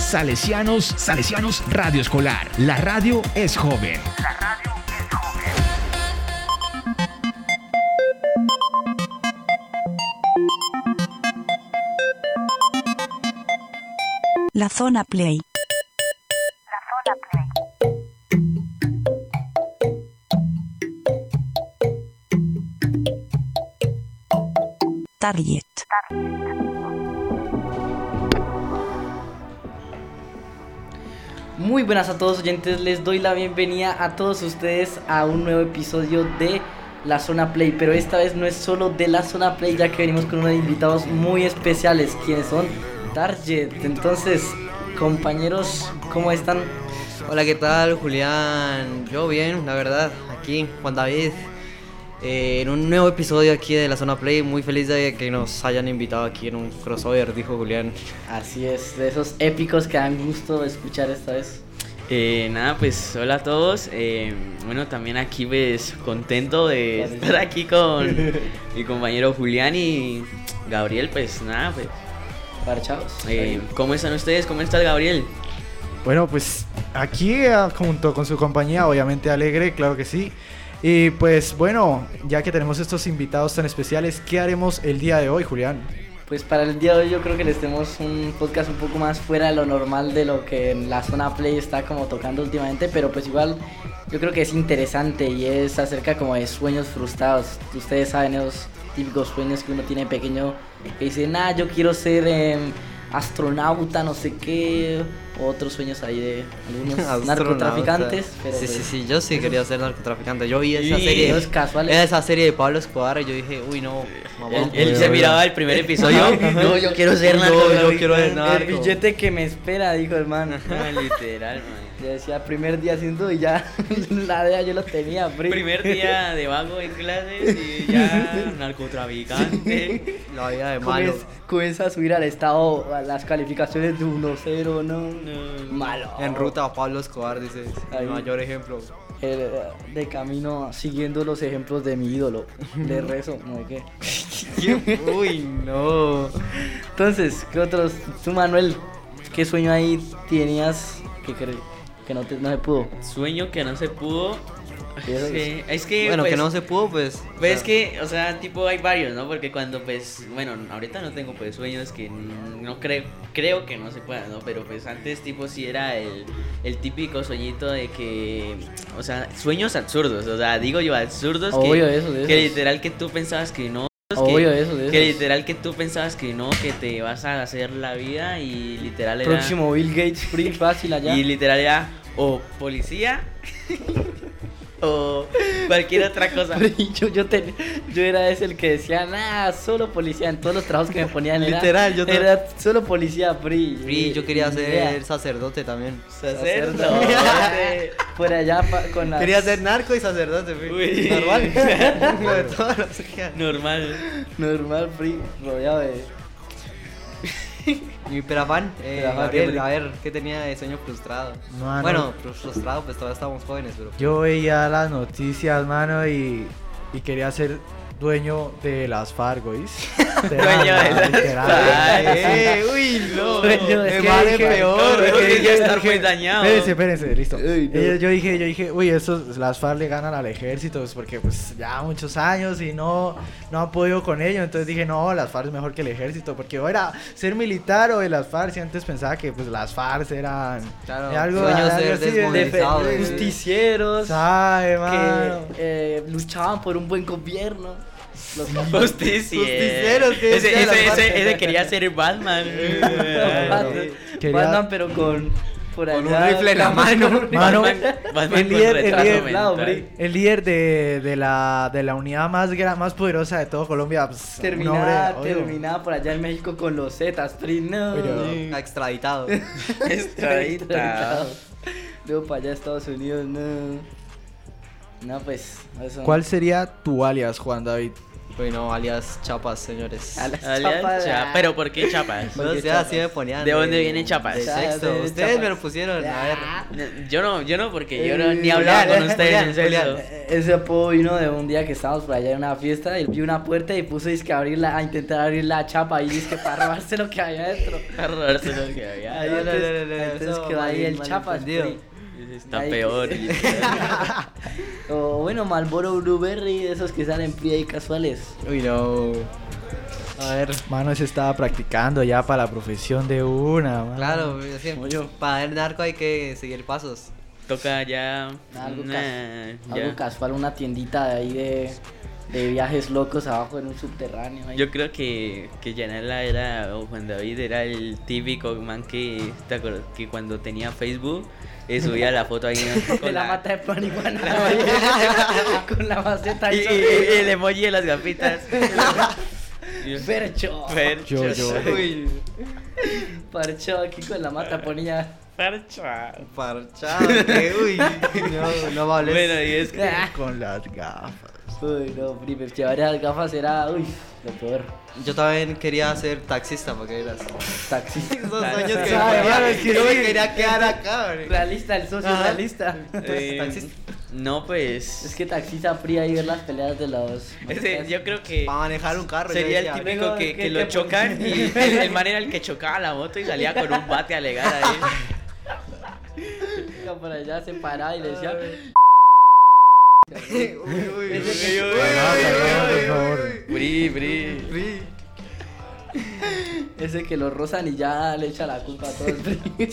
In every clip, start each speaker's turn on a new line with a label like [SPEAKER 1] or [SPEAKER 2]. [SPEAKER 1] Salesianos, Salesianos Radio Escolar. La radio es joven. La radio es joven.
[SPEAKER 2] La zona play. Target.
[SPEAKER 3] Muy buenas a todos oyentes, les doy la bienvenida a todos ustedes a un nuevo episodio de La Zona Play, pero esta vez no es solo de La Zona Play, ya que venimos con unos invitados muy especiales, quienes son Target. Entonces, compañeros, ¿cómo están?
[SPEAKER 4] Hola, ¿qué tal, Julián? Yo bien, la verdad, aquí, Juan David, eh, en un nuevo episodio aquí de la Zona Play. Muy feliz de que nos hayan invitado aquí en un crossover, dijo Julián.
[SPEAKER 3] Así es, de esos épicos que dan gusto escuchar esta vez.
[SPEAKER 5] Eh, nada, pues hola a todos. eh, bueno, también aquí pues contento de estar aquí con mi compañero Julián y Gabriel, pues nada, pues.
[SPEAKER 3] Parchados.
[SPEAKER 5] eh, ¿Cómo están ustedes? ¿Cómo estás Gabriel?
[SPEAKER 6] Bueno, pues aquí eh, junto con su compañía, obviamente alegre, claro que sí. Y pues bueno, ya que tenemos estos invitados tan especiales, ¿qué haremos el día de hoy, Julián?
[SPEAKER 3] Pues para el día de hoy yo creo que les tenemos un podcast un poco más fuera de lo normal de lo que la zona play está como tocando últimamente, pero pues igual yo creo que es interesante y es acerca como de sueños frustrados. Ustedes saben esos típicos sueños que uno tiene pequeño que dice, nah, yo quiero ser eh, astronauta, no sé qué, otros sueños ahí de algunos narcotraficantes. Pero
[SPEAKER 4] Sí, sí,
[SPEAKER 3] pues,
[SPEAKER 4] sí, yo sí quería ser narcotraficante. Yo vi esa
[SPEAKER 5] Y
[SPEAKER 4] serie.
[SPEAKER 3] los casuales.
[SPEAKER 4] Esa serie de Pablo Escobar y yo dije, uy, no, mamá.
[SPEAKER 5] él él se miraba el primer episodio. no, yo quiero ser
[SPEAKER 4] pues, No,
[SPEAKER 5] narcotraficante.
[SPEAKER 4] yo quiero ser narco.
[SPEAKER 3] El billete que me espera, dijo hermano.
[SPEAKER 5] Ah, Literal, man.
[SPEAKER 3] Yo decía, primer día haciendo y ya la DEA yo lo tenía, pri.
[SPEAKER 5] Primer día de vago en clases y ya narcotraficante.
[SPEAKER 4] La vida de malo.
[SPEAKER 3] Comienza, comienza a subir al estado a las calificaciones de 1-0, no, malo.
[SPEAKER 4] En ruta a Pablo Escobar, dice.
[SPEAKER 3] Ahí.
[SPEAKER 4] El mayor ejemplo.
[SPEAKER 3] El, de camino siguiendo los ejemplos de mi ídolo. Le rezo, no sé qué.
[SPEAKER 4] uy, no.
[SPEAKER 3] Entonces, ¿qué otros? Tú, Manuel, ¿qué sueño ahí tenías que cre- que no, te, no se pudo?
[SPEAKER 5] Sueño que no se pudo. Es que, es que,
[SPEAKER 4] Bueno, que
[SPEAKER 5] pues,
[SPEAKER 4] no se pudo, pues.
[SPEAKER 5] Pues es que, o sea, tipo hay varios, ¿no? Porque cuando pues, bueno, ahorita no tengo pues sueños que n- no creo, creo que no se puedan, ¿no? Pero pues antes tipo sí era el, el típico sueñito de que, o sea, sueños absurdos, o sea, digo yo absurdos que-
[SPEAKER 3] Obvio, de esos, de
[SPEAKER 5] que,
[SPEAKER 3] esos.
[SPEAKER 5] literal que tú pensabas que no. que-
[SPEAKER 3] Obvio, de esos, de
[SPEAKER 5] Que
[SPEAKER 3] esos.
[SPEAKER 5] literal que tú pensabas que no, que te vas a hacer la vida y literal era...
[SPEAKER 3] Próximo Bill Gates, free, fácil allá.
[SPEAKER 5] Y literal era o policía o cualquier otra cosa.
[SPEAKER 3] yo, yo, ten- yo era ese el que decía, nada, solo policía. En todos los trabajos que me ponían era,
[SPEAKER 4] Literal, yo te-
[SPEAKER 3] era solo policía, PRI.
[SPEAKER 4] Pri, yo quería
[SPEAKER 3] Ni
[SPEAKER 4] ser
[SPEAKER 3] idea.
[SPEAKER 4] sacerdote también.
[SPEAKER 3] Sacerdote. Por allá pa- con las...
[SPEAKER 4] Quería ser narco y sacerdote, Pri.
[SPEAKER 5] Uy.
[SPEAKER 4] Normal. Lo de todo, no sé qué.
[SPEAKER 5] Normal.
[SPEAKER 3] Normal, PRI, rodeado de...
[SPEAKER 4] Y Perafán, eh,
[SPEAKER 3] Perafán,
[SPEAKER 4] Gabriel,
[SPEAKER 3] Gabriel.
[SPEAKER 4] a ver, ¿qué tenía de sueño frustrado?
[SPEAKER 6] No, no.
[SPEAKER 4] bueno, pues, frustrado, pues todavía estábamos jóvenes, pero.
[SPEAKER 6] Yo veía las noticias, mano, y, y quería ser dueño de las Fargois.
[SPEAKER 5] Dueño de las Fargois.
[SPEAKER 4] ¡Eh! ¡Uy, no!
[SPEAKER 3] Sueño de
[SPEAKER 4] ¡Me
[SPEAKER 3] que
[SPEAKER 4] vale
[SPEAKER 3] dije,
[SPEAKER 4] peor!
[SPEAKER 5] no,
[SPEAKER 4] eh.
[SPEAKER 5] que ya estar muy dañado.
[SPEAKER 6] Espérense, espérense, listo.
[SPEAKER 3] Uy, no.
[SPEAKER 6] Eh, Yo dije, yo dije, uy, estos, las FARC le ganan al ejército, pues, porque pues ya muchos años y no, no han podido con ello. Entonces dije, no, las FARC es mejor que el ejército, porque o era ser militar o de las FARC, si antes pensaba que pues las FARC eran
[SPEAKER 4] Claro,
[SPEAKER 6] era
[SPEAKER 4] sueño
[SPEAKER 6] algo
[SPEAKER 4] ser
[SPEAKER 6] así
[SPEAKER 3] de
[SPEAKER 6] de-
[SPEAKER 3] fe-
[SPEAKER 4] desmovilizado,
[SPEAKER 6] de-
[SPEAKER 4] eh.
[SPEAKER 3] justicieros
[SPEAKER 6] Eh, Sabe, mano.
[SPEAKER 3] que eh, luchaban por un buen gobierno. Los
[SPEAKER 5] Justiciero.
[SPEAKER 4] Justicieros, que
[SPEAKER 5] ese,
[SPEAKER 4] decía la
[SPEAKER 5] ese,
[SPEAKER 4] parte.
[SPEAKER 5] ese, ese quería ser Batman.
[SPEAKER 3] Batman,
[SPEAKER 6] Quería-
[SPEAKER 3] Batman, pero con... Por
[SPEAKER 4] Con un
[SPEAKER 3] allá,
[SPEAKER 4] rifle en la
[SPEAKER 3] con-
[SPEAKER 4] mano.
[SPEAKER 3] con un rifle
[SPEAKER 6] Mano,
[SPEAKER 3] en la mano.
[SPEAKER 5] Batman
[SPEAKER 6] El
[SPEAKER 5] con
[SPEAKER 6] líder- el
[SPEAKER 5] retraso
[SPEAKER 6] líder-
[SPEAKER 5] mental.
[SPEAKER 3] Lauri.
[SPEAKER 6] El líder de, de la, de la unidad más, gra- más poderosa de todo Colombia. Pues, un
[SPEAKER 3] Terminada,
[SPEAKER 6] hombre, obvio.
[SPEAKER 3] terminada por allá en México con los Zetas, PRI, no.
[SPEAKER 6] Pero-
[SPEAKER 4] Ah, Extraditado.
[SPEAKER 5] Extraditado.
[SPEAKER 3] Luego para allá a Estados Unidos, no. No, pues, eso.
[SPEAKER 6] ¿Cuál sería tu alias, Juan David?
[SPEAKER 4] Bueno, alias Chapas, señores.
[SPEAKER 3] A las
[SPEAKER 5] Alias
[SPEAKER 3] chapas. ah. Pues,
[SPEAKER 5] Cha- Pero ¿por qué chapas?
[SPEAKER 4] No sé, así me ponían.
[SPEAKER 5] ¿De dónde vienen Chapas?
[SPEAKER 4] De
[SPEAKER 3] Chapas,
[SPEAKER 4] sexto.
[SPEAKER 3] de
[SPEAKER 4] Ustedes me lo
[SPEAKER 3] Chapas.
[SPEAKER 4] pusieron. A ver.
[SPEAKER 5] Yo no, yo no, porque yo no,
[SPEAKER 3] Eh,
[SPEAKER 5] ni hablaba
[SPEAKER 4] Julián,
[SPEAKER 5] con ustedes
[SPEAKER 4] Julián,
[SPEAKER 5] en sexto.
[SPEAKER 4] Julián.
[SPEAKER 3] Eh, Ese apodo vino de un día que estábamos por allá en una fiesta y vi una puerta y puso disque a abrirla, a intentar abrir la chapa y disque para robarse lo que había dentro.
[SPEAKER 5] A robarse lo que había.
[SPEAKER 3] Ahí
[SPEAKER 4] No, no,
[SPEAKER 3] entonces-
[SPEAKER 4] no, no, no,
[SPEAKER 3] entonces
[SPEAKER 4] eso
[SPEAKER 3] quedó ahí
[SPEAKER 4] mal-
[SPEAKER 3] el chapa.
[SPEAKER 4] malentendido.
[SPEAKER 5] Está
[SPEAKER 3] Ay,
[SPEAKER 5] peor.
[SPEAKER 3] qué-
[SPEAKER 5] y-
[SPEAKER 3] O bueno, Malboro Blueberry, de esos que salen pie y casuales.
[SPEAKER 4] Uy, no.
[SPEAKER 6] A ver, mano, se estaba practicando ya para la profesión de una, mano.
[SPEAKER 5] Ah,
[SPEAKER 4] Claro, así, para el narco hay que seguir pasos.
[SPEAKER 5] Toca ya.
[SPEAKER 3] Algo, cas-
[SPEAKER 5] nah,
[SPEAKER 3] algo
[SPEAKER 5] ya.
[SPEAKER 3] casual, una tiendita de ahí de, de viajes locos abajo en un subterráneo. ahí.
[SPEAKER 5] Yo creo que, que Yanela era, o Juan David era el típico man que, ¿te acuerdas? que cuando tenía Facebook eh, subía la foto ahí ¿no?
[SPEAKER 3] con la mata de pan y guanábana, con la maceta
[SPEAKER 5] y,
[SPEAKER 3] ahí
[SPEAKER 5] y-
[SPEAKER 3] sobre-
[SPEAKER 5] y el emoji de las gafitas.
[SPEAKER 3] Percho.
[SPEAKER 5] Percho.
[SPEAKER 6] Yo, yo.
[SPEAKER 5] Uy,
[SPEAKER 3] Parchado aquí con la
[SPEAKER 5] Eh.
[SPEAKER 3] mata ponía.
[SPEAKER 5] percho.
[SPEAKER 4] Parchado, que uy. No, no Ah. me hables.
[SPEAKER 5] Bueno, y es que.
[SPEAKER 6] Con las gafas.
[SPEAKER 3] Uy, no, primo, llevar esas gafas era, uy, lo peor.
[SPEAKER 4] Yo también quería ser taxista, porque eras.
[SPEAKER 3] Taxi.
[SPEAKER 4] Esos años que
[SPEAKER 3] Ah, hermano,
[SPEAKER 4] me
[SPEAKER 3] es que
[SPEAKER 4] ponía, yo me
[SPEAKER 3] sí.
[SPEAKER 4] quería quedar acá, hombre.
[SPEAKER 3] Realista, el socio
[SPEAKER 4] Ajá.
[SPEAKER 3] realista.
[SPEAKER 5] eh,
[SPEAKER 4] Taxista.
[SPEAKER 5] no, pues.
[SPEAKER 3] Es que taxista fría y ver las peleas de los.
[SPEAKER 5] ese- yo creo que.
[SPEAKER 3] ah,
[SPEAKER 4] Para manejar un carro. yo
[SPEAKER 5] Sería el
[SPEAKER 4] decía,
[SPEAKER 5] típico
[SPEAKER 3] "Venga,
[SPEAKER 5] que,
[SPEAKER 3] ¿qué
[SPEAKER 5] que lo
[SPEAKER 3] te
[SPEAKER 5] chocan y
[SPEAKER 3] pones?"
[SPEAKER 5] el, el man era el que chocaba la moto y salía con un bate a alegar ahí.
[SPEAKER 3] Iba por allá se paraba y le decía.
[SPEAKER 4] Uy, uy, uy, uy,
[SPEAKER 5] Uy, uy, uy,
[SPEAKER 6] Por
[SPEAKER 5] uy, uy.
[SPEAKER 6] favor.
[SPEAKER 5] Bri, bri.
[SPEAKER 4] uy.
[SPEAKER 3] Ese que lo rozan y ya le echa la culpa a todo el PRI.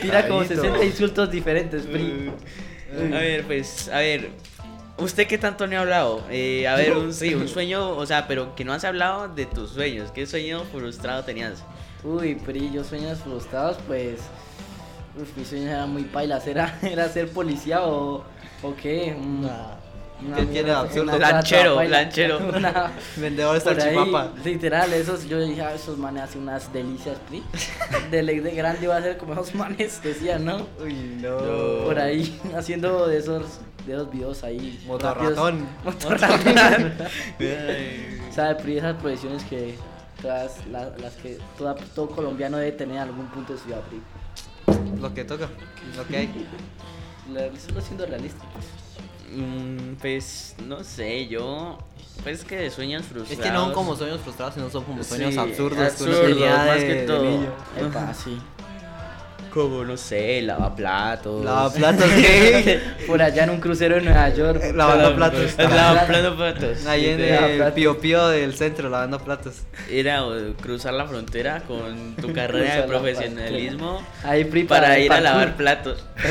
[SPEAKER 3] Tira como 60 insultos diferentes, PRI.
[SPEAKER 5] A ver, pues, a ver. ¿Usted qué tanto no ha hablado? Eh, a ver, un, sí, un sueño, o sea, pero que no has hablado de tus sueños. ¿Qué sueño frustrado tenías?
[SPEAKER 3] Uy, PRI, yo sueños frustrados, pues. Uf, mis sueños eran muy pailas. Era, era ser policía o. ¿O qué? Un- una
[SPEAKER 4] ¿Qué tiene
[SPEAKER 3] mierda,
[SPEAKER 4] absurdo?
[SPEAKER 3] una plata
[SPEAKER 5] Lanchero,
[SPEAKER 3] paila.
[SPEAKER 5] lanchero.
[SPEAKER 3] Una-
[SPEAKER 4] Vendedor de
[SPEAKER 3] por ahí,
[SPEAKER 4] salchipapa.
[SPEAKER 3] literal, esos, yo dije, ah, esos manes hacen unas delicias, PRI. De ley de grande iba a ser como esos manes, decían, ¿no?
[SPEAKER 4] Uy, no.
[SPEAKER 3] por ahí haciendo de esos de esos videos ahí
[SPEAKER 4] Motorratón.
[SPEAKER 3] rápidos. Motorratón. o sea, de pri- esas profesiones que todas la- las que toda- todo colombiano debe tener en algún punto de su vida pri.
[SPEAKER 4] Lo que toca, lo que hay.
[SPEAKER 3] La- Solo siendo realista.
[SPEAKER 5] Mm, pues, no sé, yo. Pues que de sueños frustrados.
[SPEAKER 4] Es que no son como sueños frustrados, sino son como sueños
[SPEAKER 5] Sí,
[SPEAKER 4] absurdos.
[SPEAKER 5] absurdos,
[SPEAKER 4] que uno tenía
[SPEAKER 5] más
[SPEAKER 4] de-
[SPEAKER 5] que
[SPEAKER 4] de
[SPEAKER 5] todo.
[SPEAKER 4] niño.
[SPEAKER 3] Epa, sí.
[SPEAKER 5] Como, no sé, lavaplatos.
[SPEAKER 4] Lavaplatos, ¿qué?
[SPEAKER 3] Por allá en un crucero en Nueva York.
[SPEAKER 4] Eh, Lavando platos.
[SPEAKER 5] Lavando platos.
[SPEAKER 4] Ahí en el
[SPEAKER 3] Lavaplatos.
[SPEAKER 4] pío pío del centro, lavando platos.
[SPEAKER 5] Era o, cruzar la frontera con tu carrera
[SPEAKER 3] Cruzar
[SPEAKER 5] de
[SPEAKER 3] la
[SPEAKER 5] profesionalismo
[SPEAKER 3] Ahí pri
[SPEAKER 5] para ir a
[SPEAKER 3] parkour.
[SPEAKER 5] lavar platos.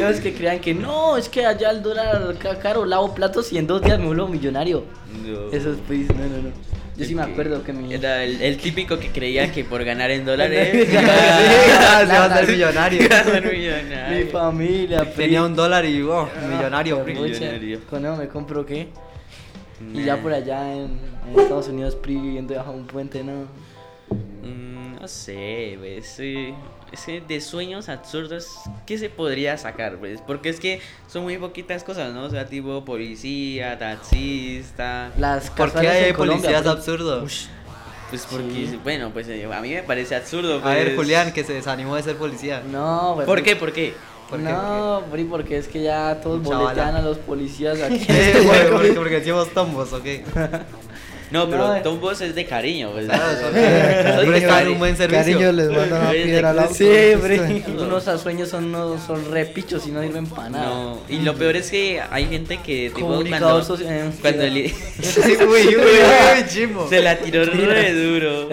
[SPEAKER 3] No, es que crean que no, es que allá el dólar ca- caro, lavo platos y en dos días me vuelvo millonario.
[SPEAKER 5] No.
[SPEAKER 3] Eso es pues, no, no, no. Yo sí me
[SPEAKER 5] Que-
[SPEAKER 3] acuerdo que mi
[SPEAKER 5] Era el, el típico que creía que por ganar en dólares
[SPEAKER 3] Sí,
[SPEAKER 5] iba-
[SPEAKER 4] Se va a
[SPEAKER 3] plata.
[SPEAKER 4] ser millonario.
[SPEAKER 5] iba a ser
[SPEAKER 3] Mi
[SPEAKER 5] millonario.
[SPEAKER 3] familia, pri.
[SPEAKER 4] Tenía un dólar y oh, millonario.
[SPEAKER 3] Con
[SPEAKER 4] pri.
[SPEAKER 3] mucha-
[SPEAKER 5] Millonario.
[SPEAKER 3] Con eso me compro qué. Y
[SPEAKER 5] Nah.
[SPEAKER 3] ya por allá en, en
[SPEAKER 4] ¡Uh!
[SPEAKER 3] Estados Unidos, pri viviendo bajo un puente, ¿no?
[SPEAKER 5] Mm, No sé, pues, eh, es que de sueños absurdos, ¿qué se podría sacar? Pues? Porque es que son muy poquitas cosas, ¿no? O sea, tipo policía, taxista.
[SPEAKER 3] Las
[SPEAKER 4] ¿Por qué
[SPEAKER 3] casuales en
[SPEAKER 4] hay
[SPEAKER 3] Colombia,
[SPEAKER 4] policías
[SPEAKER 3] pri.
[SPEAKER 4] absurdos?
[SPEAKER 5] Pues porque, bueno, pues eh, a mí me parece absurdo.
[SPEAKER 4] A ver,
[SPEAKER 5] pues.
[SPEAKER 4] Julián, que se desanimó de ser policía.
[SPEAKER 3] No, güey,
[SPEAKER 5] ¿Por
[SPEAKER 3] pri.
[SPEAKER 5] qué? ¿Por qué?
[SPEAKER 4] ¿Por qué?
[SPEAKER 3] no, pri, porque es que ya todos
[SPEAKER 4] Chavala.
[SPEAKER 3] boletean a los policías aquí. en
[SPEAKER 4] Eh,
[SPEAKER 3] este
[SPEAKER 4] güey,
[SPEAKER 3] hueco.
[SPEAKER 4] Porque, porque decimos tombos, ok.
[SPEAKER 5] No, pero
[SPEAKER 3] No, eh.
[SPEAKER 5] Tombos es de cariño. Pues.
[SPEAKER 4] Claro, son-
[SPEAKER 5] Soy de
[SPEAKER 4] prestar
[SPEAKER 5] cari-
[SPEAKER 4] un buen servicio.
[SPEAKER 6] Cariño, les mandan una
[SPEAKER 5] Oye,
[SPEAKER 6] piedra al auto.
[SPEAKER 3] Sí, pri.
[SPEAKER 5] estoy-
[SPEAKER 3] Unos sueños son, no, son repichos y no sirven para nada.
[SPEAKER 5] No, y lo peor es que hay gente que tipo
[SPEAKER 3] Comunicador
[SPEAKER 5] cuando,
[SPEAKER 3] social- eh,
[SPEAKER 5] cuando
[SPEAKER 3] sí.
[SPEAKER 5] el-
[SPEAKER 4] Sí, uy, uy, uy, chimbo.
[SPEAKER 5] se la tiró re duro.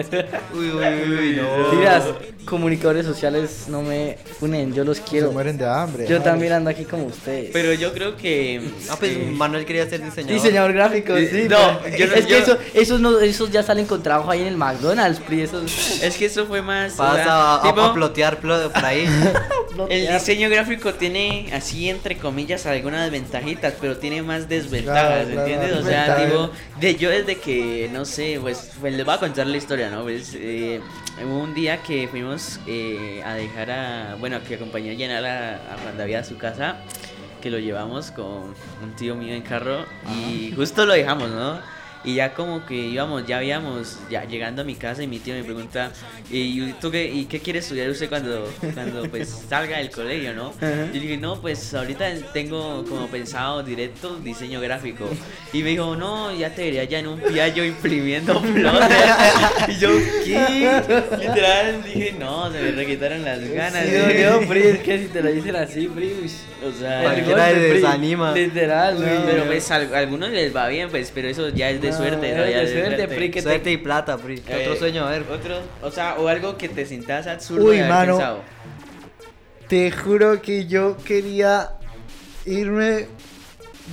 [SPEAKER 4] Uy, uy, uy, no.
[SPEAKER 3] Digas, comunicadores sociales no me unen, yo los
[SPEAKER 6] Se
[SPEAKER 3] quiero.
[SPEAKER 6] mueren de hambre.
[SPEAKER 3] Yo
[SPEAKER 6] Ah,
[SPEAKER 3] también ando aquí como ustedes.
[SPEAKER 5] Pero yo creo que
[SPEAKER 4] Ah, pues Manuel quería ser diseñador.
[SPEAKER 3] Diseñador gráfico,
[SPEAKER 5] Eh,
[SPEAKER 3] sí.
[SPEAKER 5] no,
[SPEAKER 3] pero-
[SPEAKER 5] yo no-
[SPEAKER 3] es que
[SPEAKER 5] yo-
[SPEAKER 3] eso- esos, no, esos ya salen con trabajo ahí en el McDonald's, Pri. Esos,
[SPEAKER 5] es que eso fue más o
[SPEAKER 4] Vas
[SPEAKER 5] sea,
[SPEAKER 4] a, a-
[SPEAKER 5] tipo,
[SPEAKER 4] a plotear plo- por ahí.
[SPEAKER 5] el diseño gráfico tiene así entre comillas algunas ventajitas, pero tiene más
[SPEAKER 6] Claro,
[SPEAKER 5] desventajas,
[SPEAKER 6] claro,
[SPEAKER 5] ¿entiendes? O sea,
[SPEAKER 6] ventajas.
[SPEAKER 5] tipo, de yo desde que no sé, pues, pues, les voy a contar la historia, ¿no? Pues eh, hubo un día que fuimos eh, a dejar a bueno, que acompañé a llenar a, a Juan David a su casa que lo llevamos con un tío mío en carro y justo lo dejamos, ¿no? Y ya como que íbamos, ya habíamos, ya llegando a mi casa y mi tío me pregunta, ¿y tú qué, y qué quiere estudiar usted cuando, cuando pues salga del colegio, no? Yo le dije, no, pues ahorita tengo como pensado directo diseño gráfico. Y me dijo, no, ya te vería ya en un piallo imprimiendo flores. y yo, ¿qué? Literal, dije, no, se me requitaron las ganas.
[SPEAKER 3] Sí, dolió, Pri, es que si te lo dicen así, Pri, uy,
[SPEAKER 5] O sea,
[SPEAKER 4] Cualquiera
[SPEAKER 3] el golpe,
[SPEAKER 4] se
[SPEAKER 3] Pri,
[SPEAKER 4] desanima.
[SPEAKER 3] Literal, no,
[SPEAKER 5] pero pues al- a algunos les va bien, pues, pero eso ya es de
[SPEAKER 3] No,
[SPEAKER 5] suerte. ¿no?
[SPEAKER 3] es
[SPEAKER 5] Ya
[SPEAKER 3] de
[SPEAKER 5] es
[SPEAKER 3] suerte, Pri, que te-
[SPEAKER 4] Suerte y plata, Pri. ¿Qué
[SPEAKER 5] Eh,
[SPEAKER 4] otro sueño, a ver.
[SPEAKER 5] Otro, o sea, o algo que te sientas absurdo
[SPEAKER 7] Uy,
[SPEAKER 5] de haber
[SPEAKER 7] mano.
[SPEAKER 5] pensado.
[SPEAKER 7] Te juro que yo quería irme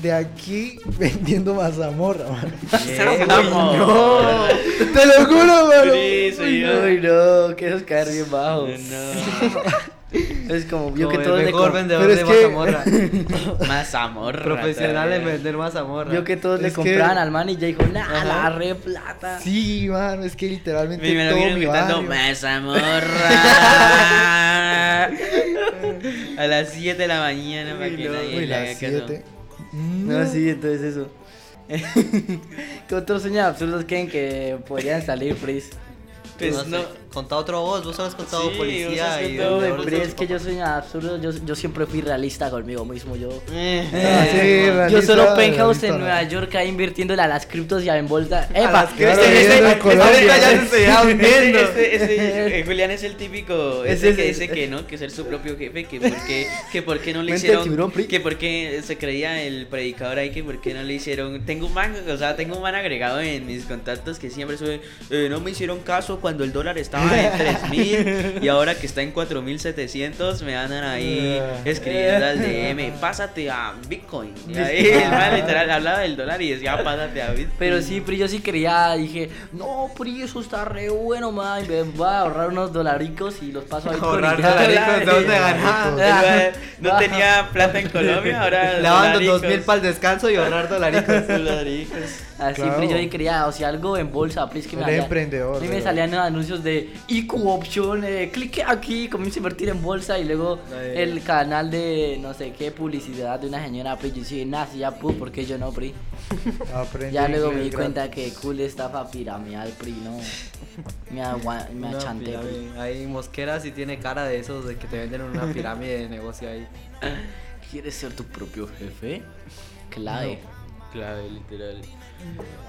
[SPEAKER 7] de aquí vendiendo mazamorra, mano.
[SPEAKER 5] Vamos.
[SPEAKER 7] Te lo juro, mano.
[SPEAKER 5] Sí, soy yo.
[SPEAKER 3] Uy, no, que eso es caer bien bajo.
[SPEAKER 5] No.
[SPEAKER 3] Es como vio
[SPEAKER 4] Como
[SPEAKER 3] que
[SPEAKER 4] el
[SPEAKER 3] todos le
[SPEAKER 4] mejor
[SPEAKER 3] com-
[SPEAKER 4] vendedor
[SPEAKER 7] pero
[SPEAKER 4] de
[SPEAKER 7] es que-
[SPEAKER 4] mazamorra.
[SPEAKER 5] Más amor.
[SPEAKER 4] Profesional en vender mazamorra.
[SPEAKER 3] vio que todos le
[SPEAKER 7] Es que-
[SPEAKER 3] compraban al man y ya dijo, nah, la re plata.
[SPEAKER 7] Sí, mano, es que literalmente
[SPEAKER 5] Me me lo
[SPEAKER 7] todo
[SPEAKER 5] vieron
[SPEAKER 7] mi
[SPEAKER 5] gritando
[SPEAKER 7] barrio-
[SPEAKER 5] más amor. a las 7 de la mañana, para que nadie
[SPEAKER 7] Uy,
[SPEAKER 5] le haga
[SPEAKER 7] las
[SPEAKER 5] caso.
[SPEAKER 7] siete.
[SPEAKER 3] No, sí, entonces eso. ¿Qué otros sueños absurdos creen que podrían salir, Pris?
[SPEAKER 5] Pues
[SPEAKER 4] Tú has
[SPEAKER 5] no.
[SPEAKER 4] Contado otro vos, vos has contado
[SPEAKER 5] Sí, vos has
[SPEAKER 4] policía y
[SPEAKER 5] contado de
[SPEAKER 4] vendedor de
[SPEAKER 3] Pero es que
[SPEAKER 4] sopa.
[SPEAKER 3] yo soy absurdo, yo, yo siempre fui realista conmigo mismo, yo...
[SPEAKER 5] Eh.
[SPEAKER 7] Ah, sí,
[SPEAKER 3] yo
[SPEAKER 7] realista,
[SPEAKER 3] solo penthouse
[SPEAKER 7] realista,
[SPEAKER 3] en Nueva
[SPEAKER 7] realista.
[SPEAKER 3] York ahí invirtiéndole a las criptos y a en bolsa. ¡Epa!
[SPEAKER 7] criptos. Claro,
[SPEAKER 4] Este-
[SPEAKER 7] viviendo en
[SPEAKER 4] este-
[SPEAKER 7] Colombia.
[SPEAKER 4] este ya se está hundiendo.
[SPEAKER 5] Este, este, eh, Julián es el típico, ese
[SPEAKER 3] Ese-
[SPEAKER 5] que
[SPEAKER 3] ese-
[SPEAKER 5] dice que no, que ser su propio jefe, que porque, que por qué no le
[SPEAKER 7] Mente de
[SPEAKER 5] hicieron,
[SPEAKER 7] tiburón, Pri.
[SPEAKER 5] que porque se creía el predicador ahí, que por qué no le hicieron, tengo un man, o sea, tengo un man agregado en mis contactos que siempre sube, eh, no me hicieron caso cuando el dólar estaba en 3000 y ahora que está en 4700 me andan ahí escribiendo al DM, pásate a Bitcoin. Y ahí el man literal hablaba del dólar y decía, pásate a Bitcoin.
[SPEAKER 3] Pero sí, Pri, yo sí creía, dije, no, Pri, eso está re bueno, man, y me voy a ahorrar unos dolaricos y los paso a Bitcoin.
[SPEAKER 4] Ahorrar
[SPEAKER 3] y ya".
[SPEAKER 4] dolaricos, ¿de dónde ganar?
[SPEAKER 3] Ah,
[SPEAKER 5] No
[SPEAKER 3] ah.
[SPEAKER 5] tenía plata en Colombia, ahora.
[SPEAKER 4] Lavando
[SPEAKER 5] dolaricos.
[SPEAKER 4] dos mil para el
[SPEAKER 5] pues,
[SPEAKER 4] descanso y ahorrar dolaricos.
[SPEAKER 5] Dolaricos.
[SPEAKER 3] Así,
[SPEAKER 7] Claro.
[SPEAKER 3] Pri, yo sí creía, o sea, algo en bolsa, Pri, es que me
[SPEAKER 7] Eres emprendedor,
[SPEAKER 3] a mí me
[SPEAKER 7] pero-
[SPEAKER 3] salían anuncios de IQ Option, eh, clique aquí, comienza a invertir en bolsa, y luego el canal de, no sé qué, publicidad de una señora, Pri, yo sí, nada, sí, ya, pu, ¿por qué yo no, Pri?
[SPEAKER 7] Aprende
[SPEAKER 3] Ya luego me di
[SPEAKER 7] inglés
[SPEAKER 3] cuenta que cool estafa piramidal, Pri, no. Me, agua- me
[SPEAKER 7] pues,
[SPEAKER 4] Una
[SPEAKER 3] achanté. Pri.
[SPEAKER 4] pirámide. Ahí Mosquera sí tiene cara de esos de que te venden una pirámide de negocio ahí.
[SPEAKER 3] ¿Quieres ser tu propio jefe? Clave.
[SPEAKER 5] Clave, literal.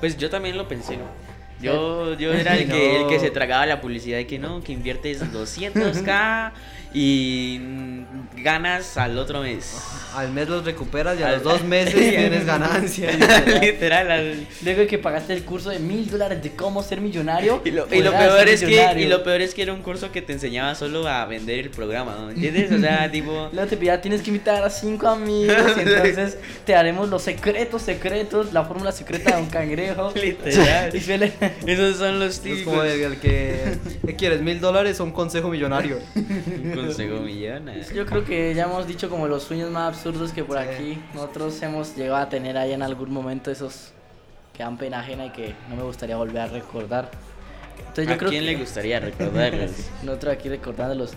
[SPEAKER 5] Pues yo también lo pensé. Yo, yo era el que, el que se tragaba la publicidad de que no, que inviertes 200k y mm, ganas al otro mes.
[SPEAKER 4] Al mes los recuperas y a
[SPEAKER 5] Al-
[SPEAKER 4] los dos meses tienes ganancia.
[SPEAKER 5] literal. al-
[SPEAKER 3] Luego de que pagaste el curso de mil dólares de cómo ser millonario.
[SPEAKER 5] Y
[SPEAKER 4] Pues
[SPEAKER 5] lo, y lo
[SPEAKER 3] podrás
[SPEAKER 5] peor
[SPEAKER 3] ser
[SPEAKER 5] es que
[SPEAKER 3] millonario.
[SPEAKER 5] y lo peor es que era un curso que te enseñaba solo a vender el programa, ¿no? ¿entiendes? O sea, tipo
[SPEAKER 3] Luego te pedía, tienes que invitar a cinco amigos. y entonces te haremos los secretos, secretos, la fórmula secreta de un cangrejo.
[SPEAKER 5] literal.
[SPEAKER 3] Y suele-
[SPEAKER 5] Esos son los
[SPEAKER 4] Es
[SPEAKER 5] típicos.
[SPEAKER 4] como el, el que ¿qué quieres mil dólares o un consejo millonario.
[SPEAKER 5] Un consejo ah. millones.
[SPEAKER 3] Yo creo que ya hemos dicho como los sueños más absurdos que por aquí nosotros hemos llegado a tener ahí en algún momento esos que dan pena ajena y que no me gustaría volver a recordar. Entonces yo
[SPEAKER 5] ¿A
[SPEAKER 3] creo
[SPEAKER 5] quién
[SPEAKER 3] que
[SPEAKER 5] le gustaría recordarlos?
[SPEAKER 3] nosotros aquí recordándolos.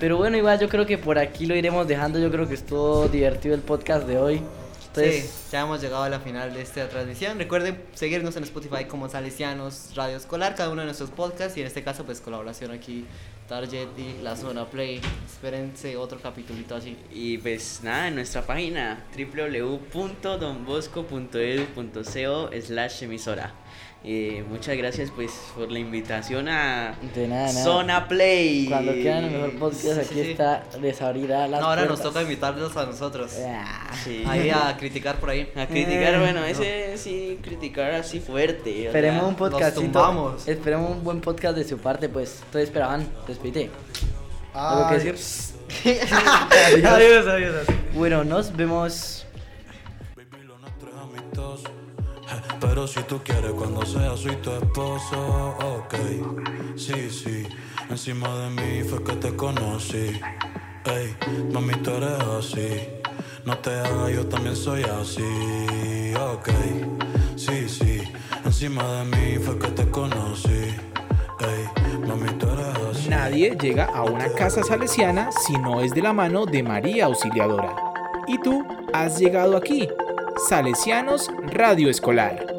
[SPEAKER 3] Pero bueno, igual yo creo que por aquí lo iremos dejando. Yo creo que estuvo divertido el podcast de hoy. Entonces,
[SPEAKER 4] sí, ya hemos llegado a la final de esta transmisión. Recuerden seguirnos en Spotify como Salesianos Radio Escolar, cada uno de nuestros podcasts y en este caso pues colaboración aquí Target y La Zona Play. Espérense otro capitulito así.
[SPEAKER 5] Y pues nada, en nuestra página www.donbosco.edu.co slash emisora. Eh, muchas gracias pues por la invitación a
[SPEAKER 3] de nada, de nada.
[SPEAKER 5] Zona Play.
[SPEAKER 3] Cuando quieran el mejor podcast,
[SPEAKER 4] Sí,
[SPEAKER 3] aquí
[SPEAKER 4] sí, sí.
[SPEAKER 3] está. Les abrirá las
[SPEAKER 4] No, ahora nos toca
[SPEAKER 3] puertas.
[SPEAKER 4] invitarlos a nosotros.
[SPEAKER 3] Ah,
[SPEAKER 5] Sí.
[SPEAKER 4] Ahí a criticar por ahí.
[SPEAKER 5] A
[SPEAKER 3] Eh,
[SPEAKER 5] criticar, bueno, ese sí, criticar así fuerte. o
[SPEAKER 3] Esperemos
[SPEAKER 5] sea,
[SPEAKER 3] un podcastito.
[SPEAKER 4] tumbamos.
[SPEAKER 3] Esperemos un buen podcast de su parte, pues. Entonces, esperaban, despídete.
[SPEAKER 7] Ah,
[SPEAKER 3] Algo que decir.
[SPEAKER 4] adiós, adiós. adiós.
[SPEAKER 3] Bueno, nos vemos.
[SPEAKER 8] Baby, lo nuestro es amistoso. Pero si tú quieres, cuando sea, soy tu esposo. Ok, sí, sí. Encima de mí fue que te conocí. Ey, mami, tú eres así. No te hagas, yo también soy así. Ok, sí, sí. Encima de mí fue que te conocí. Ey, mami, tú eres así.
[SPEAKER 9] Nadie llega a una casa salesiana si no es de la mano de María Auxiliadora. Y tú,
[SPEAKER 1] has llegado aquí. Salesianos Radio Escolar.